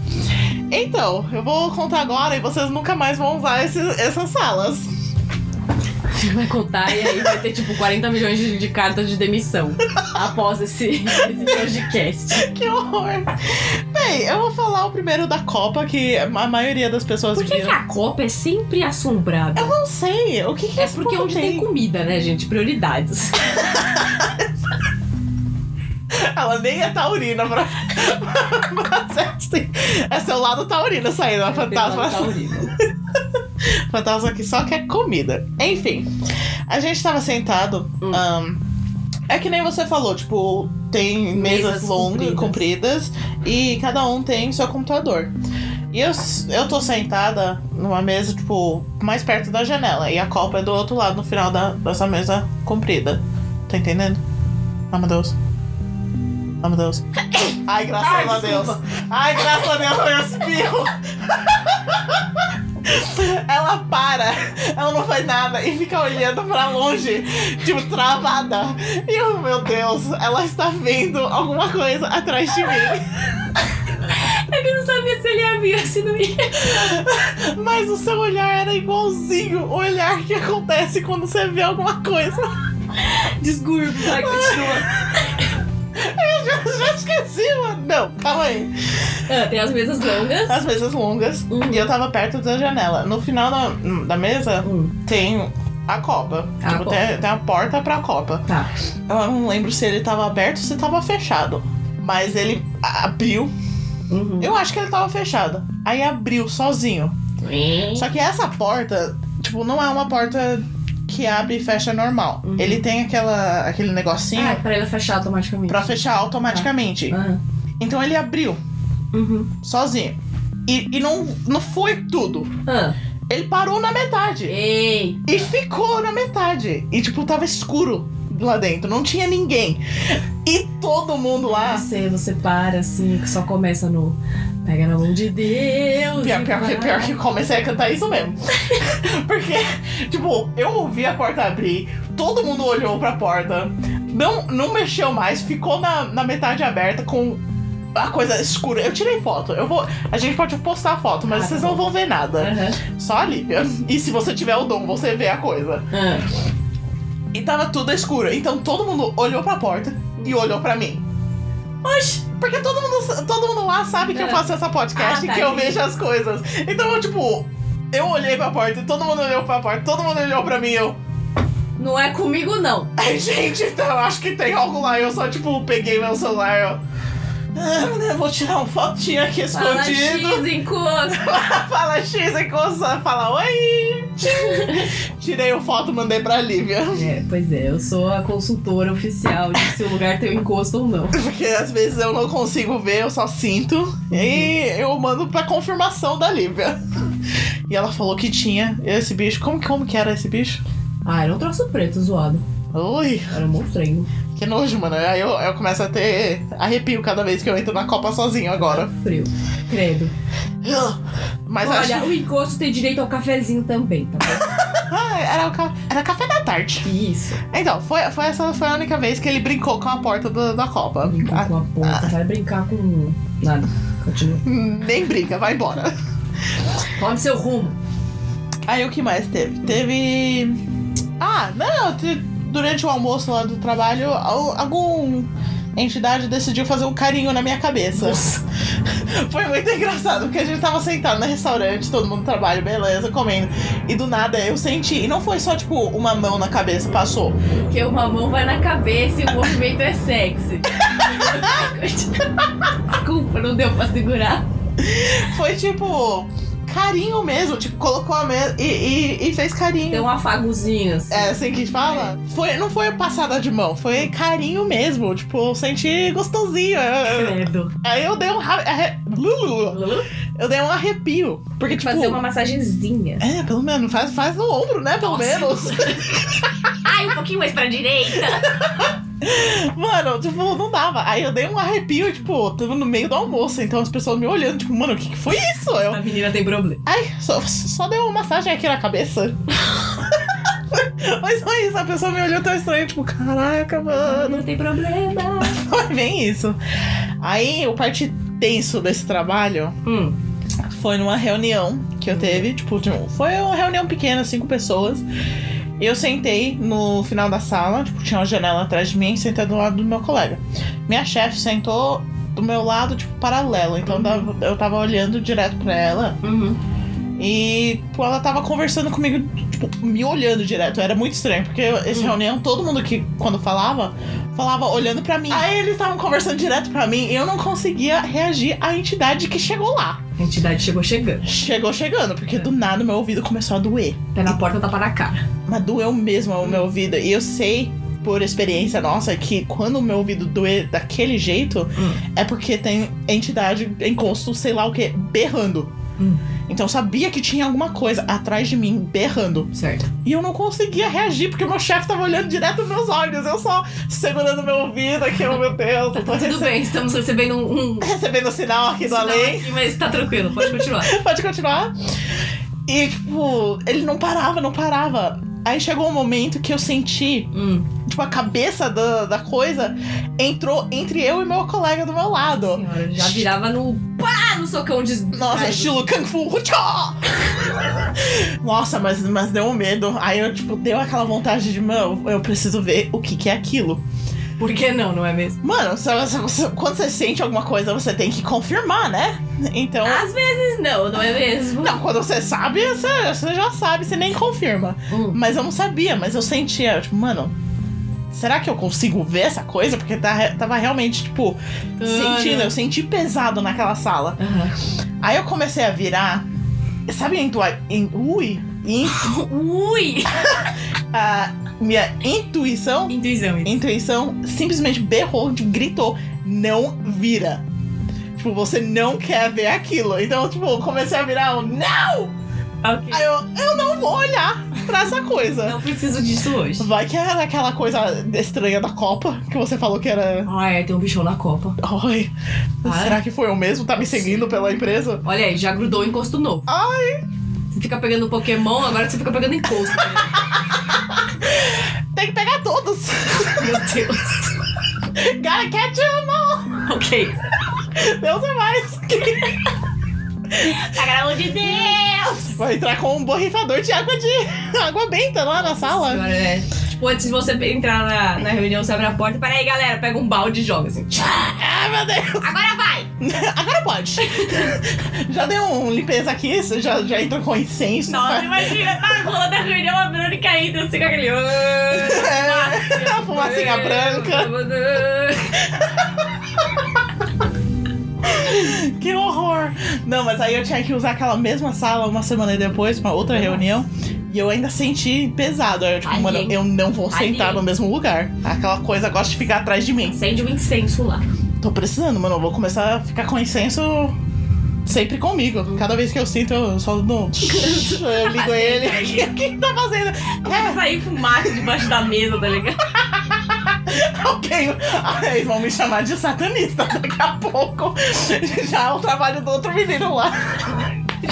Speaker 2: Então, eu vou contar agora e vocês nunca mais vão usar esses- essas salas.
Speaker 3: Você vai contar e aí vai ter tipo 40 milhões de, de cartas de demissão após esse, esse podcast.
Speaker 2: Que horror. Bem, eu vou falar o primeiro da Copa, que a maioria das pessoas
Speaker 3: Por que, que
Speaker 2: viram.
Speaker 3: a Copa é sempre assombrada?
Speaker 2: Eu não sei. O que, que
Speaker 3: É
Speaker 2: esse
Speaker 3: porque
Speaker 2: povo
Speaker 3: onde tem comida, né, gente? Prioridades.
Speaker 2: Ela nem é taurina pra. Mas é assim, é seu lado taurino saindo, a fantasma.
Speaker 3: Tá um- horrível.
Speaker 2: Fantasma que só quer comida. Enfim, a gente tava sentado.
Speaker 3: Hum.
Speaker 2: ahn, é que nem você falou, tipo, tem mesas,
Speaker 3: Mesas
Speaker 2: longas, compridas. e cada um tem seu computador. E eu, s- eu tô sentada numa mesa, tipo, mais perto da janela. E a copa é do outro lado, no final da, dessa mesa comprida. Tá entendendo? Ah, meu Deus. Ah, meu Deus. Ai, graças
Speaker 3: Ai,
Speaker 2: a Deus. Ai, graças a Deus, eu espirro. Ela para, ela não faz nada e fica olhando pra longe, tipo, travada. E eu, meu Deus, ela está vendo alguma coisa atrás de mim.
Speaker 3: É que eu não sabia se ele ia vir ou se não ia.
Speaker 2: Mas o seu olhar era igualzinho o olhar que acontece quando você vê alguma coisa.
Speaker 3: Desgurgo, vai, continua.
Speaker 2: Eu já, já esqueci, mano. Não, calma aí.
Speaker 3: Ah, tem as mesas longas.
Speaker 2: As mesas longas.
Speaker 3: Hum.
Speaker 2: E eu tava perto da janela. No final da, da mesa
Speaker 3: Hum,
Speaker 2: tem a copa.
Speaker 3: A
Speaker 2: tipo, Tem, tem a porta pra copa.
Speaker 3: tá.
Speaker 2: Eu não lembro se ele tava aberto ou se tava fechado. Mas ele abriu.
Speaker 3: Uhum.
Speaker 2: Eu acho que ele tava fechado. Aí abriu sozinho. Só que essa porta, tipo, não é uma porta que abre e fecha normal.
Speaker 3: Uhum.
Speaker 2: Ele tem aquela, aquele negocinho
Speaker 3: Ah, é pra ela fechar automaticamente.
Speaker 2: assim? pra fechar automaticamente.
Speaker 3: Aham.
Speaker 2: Então ele abriu
Speaker 3: Uhum.
Speaker 2: sozinho. E, e não, não foi tudo.
Speaker 3: Ah.
Speaker 2: Ele parou na metade.
Speaker 3: Ei.
Speaker 2: E ficou na metade. E, tipo, tava escuro lá dentro. Não tinha ninguém. E todo mundo lá.
Speaker 3: Você, você para assim, que só começa no. Pega na mão de Deus.
Speaker 2: Pior,
Speaker 3: e
Speaker 2: pior, que,
Speaker 3: vai.
Speaker 2: pior que comecei a cantar isso mesmo. Porque, tipo, eu ouvi a porta abrir, todo mundo olhou pra porta, não, não mexeu mais, ficou na, na metade aberta com a coisa escura. Eu tirei foto, eu vou. A gente pode postar a foto, mas
Speaker 3: Ah, tá
Speaker 2: vocês
Speaker 3: bom.
Speaker 2: não vão ver nada.
Speaker 3: Aham.
Speaker 2: Só a Lívia. E se você tiver o dom, você vê a coisa.
Speaker 3: Ah.
Speaker 2: E tava tudo escuro. Então todo mundo olhou pra porta e olhou pra mim.
Speaker 3: Oxi!
Speaker 2: Porque todo mundo, todo mundo lá sabe que eu
Speaker 3: Ah.
Speaker 2: faço essa podcast
Speaker 3: Ah,
Speaker 2: e
Speaker 3: tá,
Speaker 2: que eu
Speaker 3: entendi.
Speaker 2: vejo as coisas. Então, eu, tipo, eu olhei pra porta, todo mundo olhou pra porta, todo mundo olhou pra mim e eu.
Speaker 3: Não é comigo, não.
Speaker 2: Ai, gente, então eu acho que tem algo lá. Eu só, tipo, peguei meu celular eu. Ah, né, vou tirar uma fotinha aqui
Speaker 3: Fala
Speaker 2: escondido.
Speaker 3: X, encosta.
Speaker 2: Fala X, e coça, fala oi. Tirei o foto, mandei pra Lívia.
Speaker 3: É, pois é, eu sou a consultora oficial de se o lugar tem um encosto ou não.
Speaker 2: Porque às vezes eu não consigo ver, eu só sinto. E eu mando pra confirmação da Lívia. E ela falou que tinha esse bicho. Como, como que era esse bicho?
Speaker 3: Ah, era um troço preto zoado.
Speaker 2: Ui,
Speaker 3: Era um monstrengo.
Speaker 2: que nojo, mano. Aí eu, eu começo a ter arrepio cada vez que eu entro na Copa sozinho agora.
Speaker 3: Frio. Credo.
Speaker 2: Mas
Speaker 3: Olha,
Speaker 2: acho.
Speaker 3: o encosto tem direito ao cafezinho também, tá bom?
Speaker 2: Ah, era, o ca- era café da tarde.
Speaker 3: Isso.
Speaker 2: Então, foi, foi essa foi a única vez que ele brincou com a porta do- da Copa.
Speaker 3: Brincar com a porta, vai brincar com. Nada. Continua.
Speaker 2: Ah, nem brinca, vai embora.
Speaker 3: Tome seu rumo.
Speaker 2: Aí o que mais teve? Teve. Ah, não, te- durante o almoço lá do trabalho, al- algum entidade decidiu fazer um carinho na minha cabeça. Foi muito engraçado, porque a gente tava sentado no restaurante, todo mundo no trabalho, beleza, comendo. E do nada eu senti. E não foi só, tipo, uma mão na cabeça, passou.
Speaker 3: Porque uma mão vai na cabeça e o movimento é sexy. Desculpa, não deu pra segurar.
Speaker 2: Foi tipo. Carinho mesmo, tipo, colocou a mesa e, e- e fez carinho.
Speaker 3: Tem um afagozinho assim.
Speaker 2: É assim que fala? Foi, não foi passada de mão, foi carinho mesmo. Tipo, eu senti gostosinho. eu- eu-
Speaker 3: Credo.
Speaker 2: Aí eu dei um ra- arre- Lulu, eu dei um arrepio. Porque,
Speaker 3: Porque
Speaker 2: tipo.
Speaker 3: fazer uma massagenzinha.
Speaker 2: É, pelo menos, faz, faz no ombro, né? Pelo
Speaker 3: Nossa.
Speaker 2: menos.
Speaker 3: Ai, um pouquinho mais pra direita.
Speaker 2: Mano, tipo, não dava. Aí eu dei um arrepio, tipo, tava no meio do almoço. Então as pessoas me olhando, tipo, mano, o que, que foi isso? Eu,
Speaker 3: A menina tem problema.
Speaker 2: ai, só, só deu uma massagem aqui na cabeça. Mas foi isso, a pessoa me olhou tão estranho, tipo, caraca, mano.
Speaker 3: Ah, Não tem problema.
Speaker 2: Foi bem isso. Aí o parte tenso desse trabalho
Speaker 3: Hum.
Speaker 2: foi numa reunião que eu teve, tipo, de um- foi uma reunião pequena, cinco pessoas. Eu sentei no final da sala, tipo, tinha uma janela atrás de mim, sentei do lado do meu colega. Minha chefe sentou do meu lado, tipo, paralela. Então tava- eu tava olhando direto pra ela.
Speaker 3: Uhum.
Speaker 2: E pô, ela tava conversando comigo, tipo, me olhando direto. Era muito estranho, porque essa reunião, todo mundo que, quando falava, falava olhando pra mim. Aí eles estavam conversando direto pra mim e eu não conseguia reagir à entidade que chegou lá.
Speaker 3: A entidade chegou chegando.
Speaker 2: Chegou chegando, porque do nada meu ouvido começou a doer.
Speaker 3: Pé na porta, tapa na cara.
Speaker 2: Mas doeu mesmo o
Speaker 3: Uhum.
Speaker 2: meu ouvido. E eu sei, por experiência nossa, que quando o meu ouvido doer daquele jeito,
Speaker 3: Hum.
Speaker 2: é porque tem entidade, encosto, sei lá o que, berrando.
Speaker 3: Hum.
Speaker 2: Então eu sabia que tinha alguma coisa atrás de mim berrando.
Speaker 3: Certo.
Speaker 2: E eu não conseguia reagir, porque meu chefe tava olhando direto nos meus olhos. Eu só segurando meu ouvido aqui, oh meu Deus, eu tô
Speaker 3: Tá tudo
Speaker 2: rece-
Speaker 3: bem, estamos recebendo um. um
Speaker 2: recebendo sinal aqui do
Speaker 3: sinal
Speaker 2: além.
Speaker 3: aqui, mas tá tranquilo, pode continuar.
Speaker 2: Pode continuar? E, tipo, ele não parava, não parava. Aí chegou um momento que eu senti,
Speaker 3: Hum.
Speaker 2: tipo, a cabeça da, da coisa entrou entre eu e meu colega do meu lado.
Speaker 3: Senhora, já virava no. Pá! No socão de.
Speaker 2: Nossa,
Speaker 3: Ai,
Speaker 2: estilo Kung Fu. Tchau! Nossa, mas, mas deu um medo. Aí eu, tipo, deu aquela vontade de, mano, eu preciso ver o que, que é aquilo.
Speaker 3: Por que não, não é mesmo?
Speaker 2: Mano, se- se- se- quando você sente alguma coisa, você tem que confirmar, né? Então.
Speaker 3: Às vezes não, não é mesmo?
Speaker 2: Não, quando você sabe, você, você já sabe, você nem confirma.
Speaker 3: Hum.
Speaker 2: Mas eu não sabia, mas eu sentia, tipo, mano. Será que eu consigo ver essa coisa? Porque tá- tava realmente, tipo, sentindo, eu senti pesado naquela sala.
Speaker 3: Aham.
Speaker 2: Aí eu comecei a virar. Sabe, intu... in- ui, in-
Speaker 3: Ui!
Speaker 2: a minha intuição.
Speaker 3: Intuição, isso.
Speaker 2: Intuição simplesmente berrou, tipo, gritou: não vira. Tipo, você não quer ver aquilo. Então, tipo, eu comecei a virar um. "Não!"
Speaker 3: Ah, Ok.
Speaker 2: Aí eu, eu não vou olhar pra essa coisa.
Speaker 3: Não preciso disso hoje.
Speaker 2: Vai que era aquela coisa estranha da Copa, que você falou que era.
Speaker 3: Ah, é, tem um bichão na copa.
Speaker 2: Ai,
Speaker 3: Ah,
Speaker 2: será que foi eu mesmo? Tá me seguindo pela empresa?
Speaker 3: Olha aí, já grudou o encosto novo. Ai! Você fica pegando Pokémon, agora você fica pegando encosto. né?
Speaker 2: Tem que pegar todos!
Speaker 3: Meu Deus.
Speaker 2: Gotta catch them all!
Speaker 3: Ok.
Speaker 2: Deus é mais!
Speaker 1: Pelo amor de Deus!
Speaker 2: Vai entrar com um borrifador de água de. água benta lá na sala.
Speaker 3: Agora, é. Tipo, antes de você entrar na, na reunião, você abre a porta. Pera aí, galera, pega um balde e joga assim.
Speaker 2: Ai, Ah, meu Deus!
Speaker 3: Agora vai!
Speaker 2: Agora pode! já deu um limpeza aqui, você já, já entrou com incenso.
Speaker 3: Nossa, imagina, tá rolando a reunião, a Verônica ainda, assim com aquele. "Ah,
Speaker 2: É, fumacinha branca. Que horror! Não, mas aí eu tinha que usar aquela mesma sala uma semana depois, uma outra
Speaker 3: Nossa.
Speaker 2: reunião. E eu ainda senti pesado. Aí eu, tipo,
Speaker 3: Ai,
Speaker 2: mano,
Speaker 3: gente.
Speaker 2: eu não vou
Speaker 3: Ai,
Speaker 2: sentar
Speaker 3: gente.
Speaker 2: no mesmo lugar. Aquela coisa gosta de ficar atrás de mim.
Speaker 3: Acende o incenso lá.
Speaker 2: Tô precisando, mano. Eu vou começar a ficar com incenso sempre comigo. Cada vez que eu sinto, eu só não.
Speaker 3: Tá
Speaker 2: Eu ligo ele. O que que tá fazendo?
Speaker 3: Vai
Speaker 2: É,
Speaker 3: sair fumaça debaixo da mesa, tá ligado?
Speaker 2: É, ok. Aí vão me chamar de satanista daqui a pouco. Já é o trabalho do outro menino lá.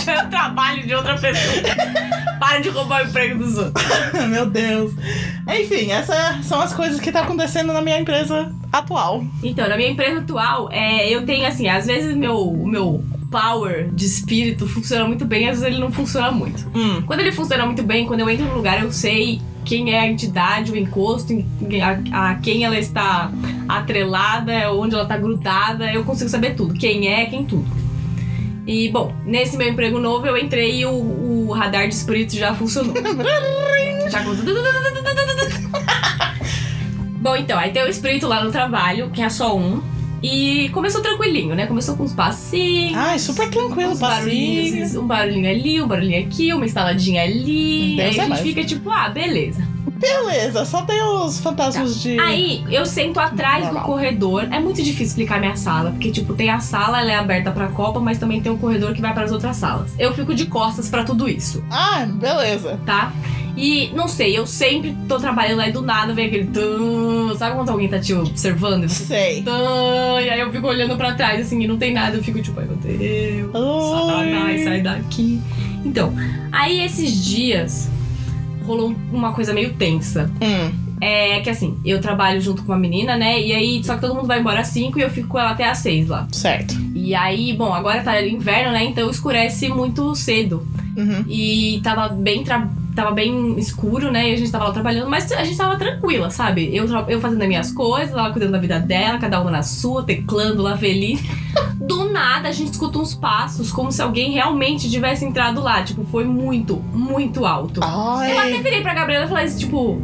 Speaker 3: Já é o trabalho de outra pessoa. Para de roubar o emprego dos outros.
Speaker 2: Meu Deus. Enfim, essas são as coisas que tá acontecendo na minha empresa atual.
Speaker 3: Então, na minha empresa atual, é, eu tenho assim, às vezes meu, o meu power de espírito funciona muito bem, às vezes ele não funciona muito.
Speaker 2: Hum.
Speaker 3: Quando ele funciona muito bem, quando eu entro no lugar, eu sei quem é a entidade, o encosto, em- a, a quem ela está atrelada, onde ela está grudada, eu consigo saber tudo, quem é, quem tudo. E bom, nesse meu emprego novo eu entrei e o, o radar de espírito já funcionou. já começou. Bom, então, aí tem o espírito lá no trabalho, que é só um. E começou tranquilinho, né? Começou com uns passinhos.
Speaker 2: Ai, super tranquilo,
Speaker 3: Uns barulhinhos,
Speaker 2: passinho.
Speaker 3: uns- um barulhinho ali, um barulhinho aqui, uma instaladinha ali. aí
Speaker 2: Deus é
Speaker 3: a gente
Speaker 2: mais.
Speaker 3: fica tipo, ah, beleza.
Speaker 2: Beleza, só tem os fantasmas de.
Speaker 3: Tá. Aí eu sento atrás do
Speaker 2: Hum. Normal.
Speaker 3: corredor. É muito difícil explicar minha sala, porque, tipo, tem a sala, ela é aberta pra Copa, mas também tem um corredor que vai pras outras salas. Eu fico de costas pra tudo isso,
Speaker 2: Ah, beleza.
Speaker 3: tá? E não sei, eu sempre tô trabalhando lá e do nada vem aquele. tum. Sabe quando alguém tá te observando?
Speaker 2: Sei.
Speaker 3: Tum, E aí eu fico olhando pra trás, assim, e não tem nada. Eu fico tipo, ai meu Deus. Satanás,
Speaker 2: Oi.
Speaker 3: um sai daqui. Então, aí esses dias rolou uma coisa meio tensa.
Speaker 2: Hum.
Speaker 3: É que assim, eu trabalho junto com uma menina, né? E aí, só que todo mundo vai embora às 5 e eu fico com ela até às 6 lá.
Speaker 2: Certo.
Speaker 3: E aí, bom, agora tá inverno, né? Então escurece muito cedo.
Speaker 2: Uhum.
Speaker 3: E tava bem tra- tava bem escuro, né? E a gente tava lá trabalhando, mas a gente tava tranquila, sabe? Eu, tra- eu fazendo as minhas coisas, ela cuidando da vida dela, cada uma na sua, teclando lá feliz. Do nada a gente escuta uns passos, como se alguém realmente tivesse entrado lá. Tipo, foi muito, muito alto. Eu até
Speaker 2: Ai,
Speaker 3: virei pra Gabriela e falei assim, tipo.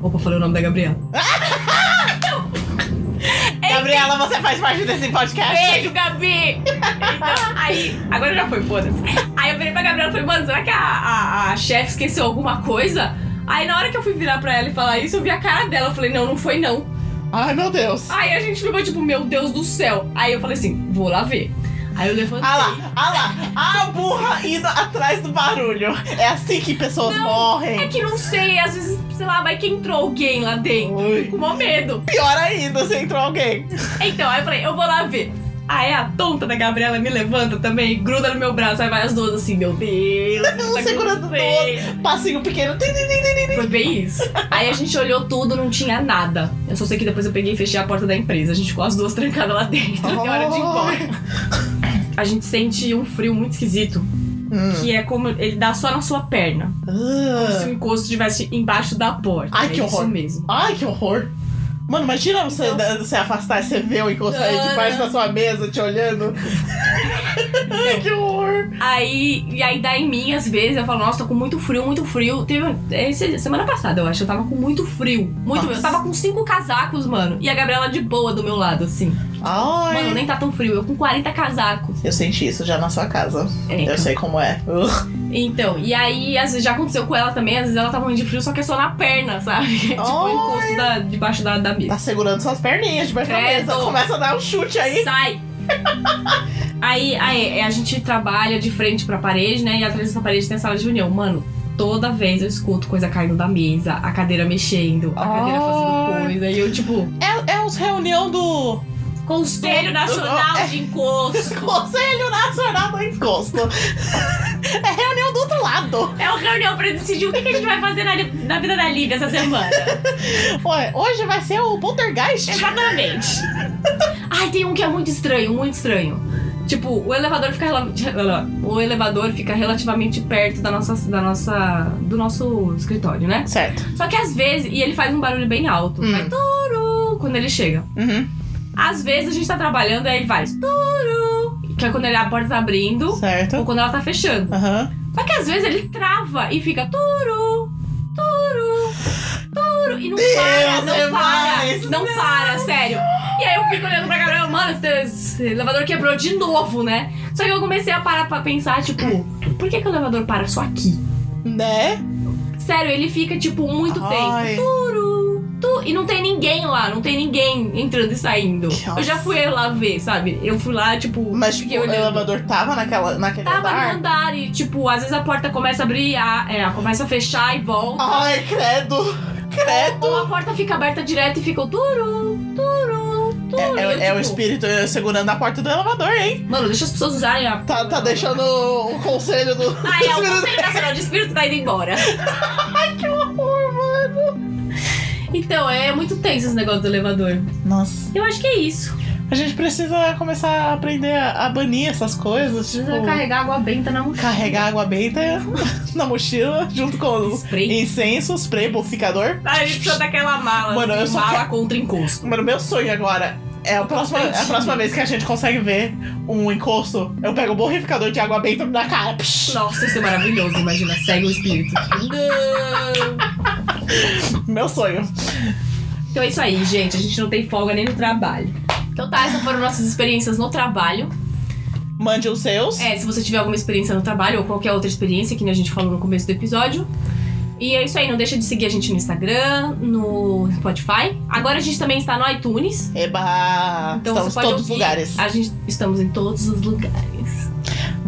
Speaker 3: Opa, falei o nome da Gabriela.
Speaker 2: Gabriela, você faz parte desse podcast?
Speaker 3: Beijo, Gabi! Então, aí, agora já foi, foda-se. Aí eu virei pra Gabriela e falei, mano, será que a, a, a chefe esqueceu alguma coisa? Aí na hora que eu fui virar pra ela e falar isso, eu vi a cara dela. Eu falei, não, não foi não.
Speaker 2: Ai, meu Deus.
Speaker 3: Aí a gente ficou tipo, meu Deus do céu. Aí eu falei assim, vou lá ver. Aí eu levantei.
Speaker 2: Ah lá, ah lá, a burra indo atrás do barulho. É assim que pessoas
Speaker 3: É
Speaker 2: morrem.
Speaker 3: que não sei, às vezes, sei lá, vai que entrou alguém lá dentro.
Speaker 2: Ui.
Speaker 3: Com mó medo.
Speaker 2: Pior ainda, se entrou alguém.
Speaker 3: Então, aí eu falei, eu vou lá ver. Aí a tonta da Gabriela me levanta também, gruda no meu braço, aí vai as duas assim, meu Deus.
Speaker 2: Um
Speaker 3: tá
Speaker 2: segurando
Speaker 3: acontecendo?
Speaker 2: o Passinho pequeno. Tim, tim, tim, tim, tim.
Speaker 3: Foi bem isso. Aí a gente olhou tudo, não tinha nada. Eu só sei que depois eu peguei e fechei a porta da empresa. A gente ficou as duas trancadas lá dentro. É hora de ir
Speaker 2: Oh.
Speaker 3: embora. A gente sente um frio muito esquisito,
Speaker 2: Hum.
Speaker 3: que é como ele dá só na sua perna. Se o
Speaker 2: Ah.
Speaker 3: encosto estivesse embaixo da porta.
Speaker 2: Ai,
Speaker 3: é
Speaker 2: que
Speaker 3: isso
Speaker 2: horror.
Speaker 3: mesmo.
Speaker 2: Ai, que horror. Mano, imagina você, você afastar e você ver o encostar aí debaixo da sua mesa te olhando. Ai, que horror.
Speaker 3: Aí, e aí dá em mim, às vezes, eu falo, nossa, tô com muito frio, muito frio. Teve, um, é, esse- semana passada, eu acho, eu tava com muito frio. Muito
Speaker 2: Nossa.
Speaker 3: Eu tava com cinco casacos, mano. E a Gabriela de boa do meu lado, assim.
Speaker 2: Ai.
Speaker 3: Mano, nem tá tão frio. Eu com 40 casacos.
Speaker 2: Eu senti isso já na sua casa.
Speaker 3: É,
Speaker 2: Eu sei como é. Ugh.
Speaker 3: Então, e aí, às vezes, já aconteceu com ela também, às vezes ela tá morrendo de frio, só que é só na perna, sabe? tipo, o
Speaker 2: Ai.
Speaker 3: encosto da, debaixo da, da mesa.
Speaker 2: Tá segurando suas perninhas debaixo da
Speaker 3: Credo.
Speaker 2: mesa. Começa a dar um chute aí.
Speaker 3: Sai! aí, aí, é, a gente trabalha de frente pra parede, né? E atrás dessa parede tem a sala de reunião. Mano, toda vez eu escuto coisa caindo da mesa, a cadeira mexendo, a cadeira
Speaker 2: Ai.
Speaker 3: fazendo coisa. E eu, tipo,
Speaker 2: É, é os reunião do.
Speaker 3: Conselho Nacional de Encosto.
Speaker 2: Conselho Nacional do Encosto. É reunião do outro lado.
Speaker 3: É uma reunião pra decidir o que que a gente vai fazer na, li- na vida da Lívia essa semana.
Speaker 2: Ué, hoje vai ser o Poltergeist.
Speaker 3: Exatamente. Ai, tem um que é muito estranho, muito estranho. Tipo, o elevador fica rela- o elevador fica relativamente perto da nossa da nossa do nosso escritório, né?
Speaker 2: Certo.
Speaker 3: Só que às vezes, e ele faz um barulho bem alto,
Speaker 2: Hum.
Speaker 3: vai turu quando ele chega.
Speaker 2: Uhum.
Speaker 3: Às vezes a gente tá trabalhando e aí ele faz turu, que é quando ele a porta tá abrindo ou
Speaker 2: Certo.
Speaker 3: quando ela tá fechando.
Speaker 2: Aham.
Speaker 3: Só que às vezes ele trava e fica turu, turu, turu. E não
Speaker 2: Deus
Speaker 3: para,
Speaker 2: é
Speaker 3: não
Speaker 2: mais,
Speaker 3: para, não para, sério. E aí eu fico olhando pra Gabriela, mano, esse- esse elevador quebrou de novo, né? Só que eu comecei a parar pra pensar, tipo, por que, que o elevador para só aqui?
Speaker 2: Né?
Speaker 3: Sério, ele fica, tipo, muito
Speaker 2: Ai.
Speaker 3: tempo. Turu, tu, e não tem ninguém lá, não tem ninguém entrando e saindo.
Speaker 2: Nossa.
Speaker 3: Eu já fui lá ver, sabe? Eu fui lá, tipo,
Speaker 2: Mas tipo,
Speaker 3: fiquei
Speaker 2: o
Speaker 3: olhando.
Speaker 2: elevador tava naquela, naquele
Speaker 3: Tava
Speaker 2: andar?
Speaker 3: no andar e, tipo, às vezes a porta começa a abrir, a, é, começa a fechar e volta.
Speaker 2: Ai, credo. Credo.
Speaker 3: Ou a porta fica aberta direto e fica o turu, turu, turu.
Speaker 2: É, é-
Speaker 3: Eu,
Speaker 2: é o
Speaker 3: tipo,
Speaker 2: espírito segurando a porta do elevador, hein?
Speaker 3: Mano, deixa as pessoas usarem a.
Speaker 2: Tá, tá deixando o conselho do.
Speaker 3: Ah, é, o
Speaker 2: espírito-
Speaker 3: Conselho Nacional de Espírito tá indo embora.
Speaker 2: Que horror, mano.
Speaker 3: Então, é muito tenso esse negócio do elevador.
Speaker 2: Nossa.
Speaker 3: Eu acho que é isso.
Speaker 2: A gente precisa começar a aprender a a banir essas coisas. Tipo,
Speaker 3: Precisa carregar água benta na mochila.
Speaker 2: carregar água benta na mochila junto com os
Speaker 3: Spray.
Speaker 2: incenso, spray, purificador.
Speaker 3: Ah, a gente precisa daquela mala.
Speaker 2: Mano,
Speaker 3: assim,
Speaker 2: eu só
Speaker 3: mala
Speaker 2: quero-
Speaker 3: contra encosto.
Speaker 2: Mano, meu sonho agora é a, próxima, é a próxima vez que a gente consegue ver um encosto, eu pego o borrificador de água benta na cara. Psh!
Speaker 3: Nossa, isso é maravilhoso. Imagina, segue o espírito. Não.
Speaker 2: Meu sonho.
Speaker 3: Então é isso aí, gente. A gente não tem folga nem no trabalho. Então tá, essas foram nossas experiências no trabalho.
Speaker 2: Mande os seus.
Speaker 3: É, se você tiver alguma experiência no trabalho ou qualquer outra experiência que nem a gente falou no começo do episódio. E é isso aí, não deixa de seguir a gente no Instagram, no Spotify. Agora a gente também está no iTunes.
Speaker 2: Eba!
Speaker 3: Então
Speaker 2: Estamos
Speaker 3: você
Speaker 2: em
Speaker 3: pode
Speaker 2: todos os
Speaker 3: ouvir. Ah.
Speaker 2: lugares.
Speaker 3: A gente estamos em todos os lugares.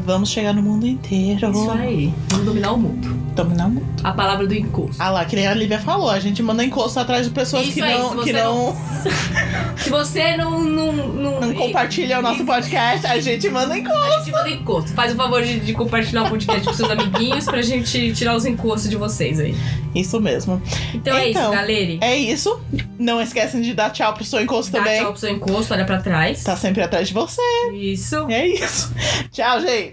Speaker 2: Vamos chegar no mundo inteiro.
Speaker 3: Isso aí. Vamos dominar o mundo.
Speaker 2: Dominar o mundo.
Speaker 3: A palavra do encosto.
Speaker 2: Ah lá, que nem a Lívia falou, a gente manda encosto atrás de pessoas
Speaker 3: Isso
Speaker 2: que
Speaker 3: aí, se
Speaker 2: não.
Speaker 3: você
Speaker 2: que não...
Speaker 3: Se você não. Não, não,
Speaker 2: não compartilha o nosso podcast, a gente manda em conta.
Speaker 3: A gente manda encosto. Faz o favor de, de compartilhar o podcast com seus amiguinhos pra gente tirar os encostos de vocês aí.
Speaker 2: Isso mesmo.
Speaker 3: Então, é isso,
Speaker 2: Então,
Speaker 3: galera.
Speaker 2: É isso. Não esquecem de dar tchau pro seu encosto
Speaker 3: Dá
Speaker 2: também.
Speaker 3: tchau pro seu encosto, olha pra trás.
Speaker 2: Tá sempre atrás de você.
Speaker 3: Isso.
Speaker 2: É isso. Tchau, gente.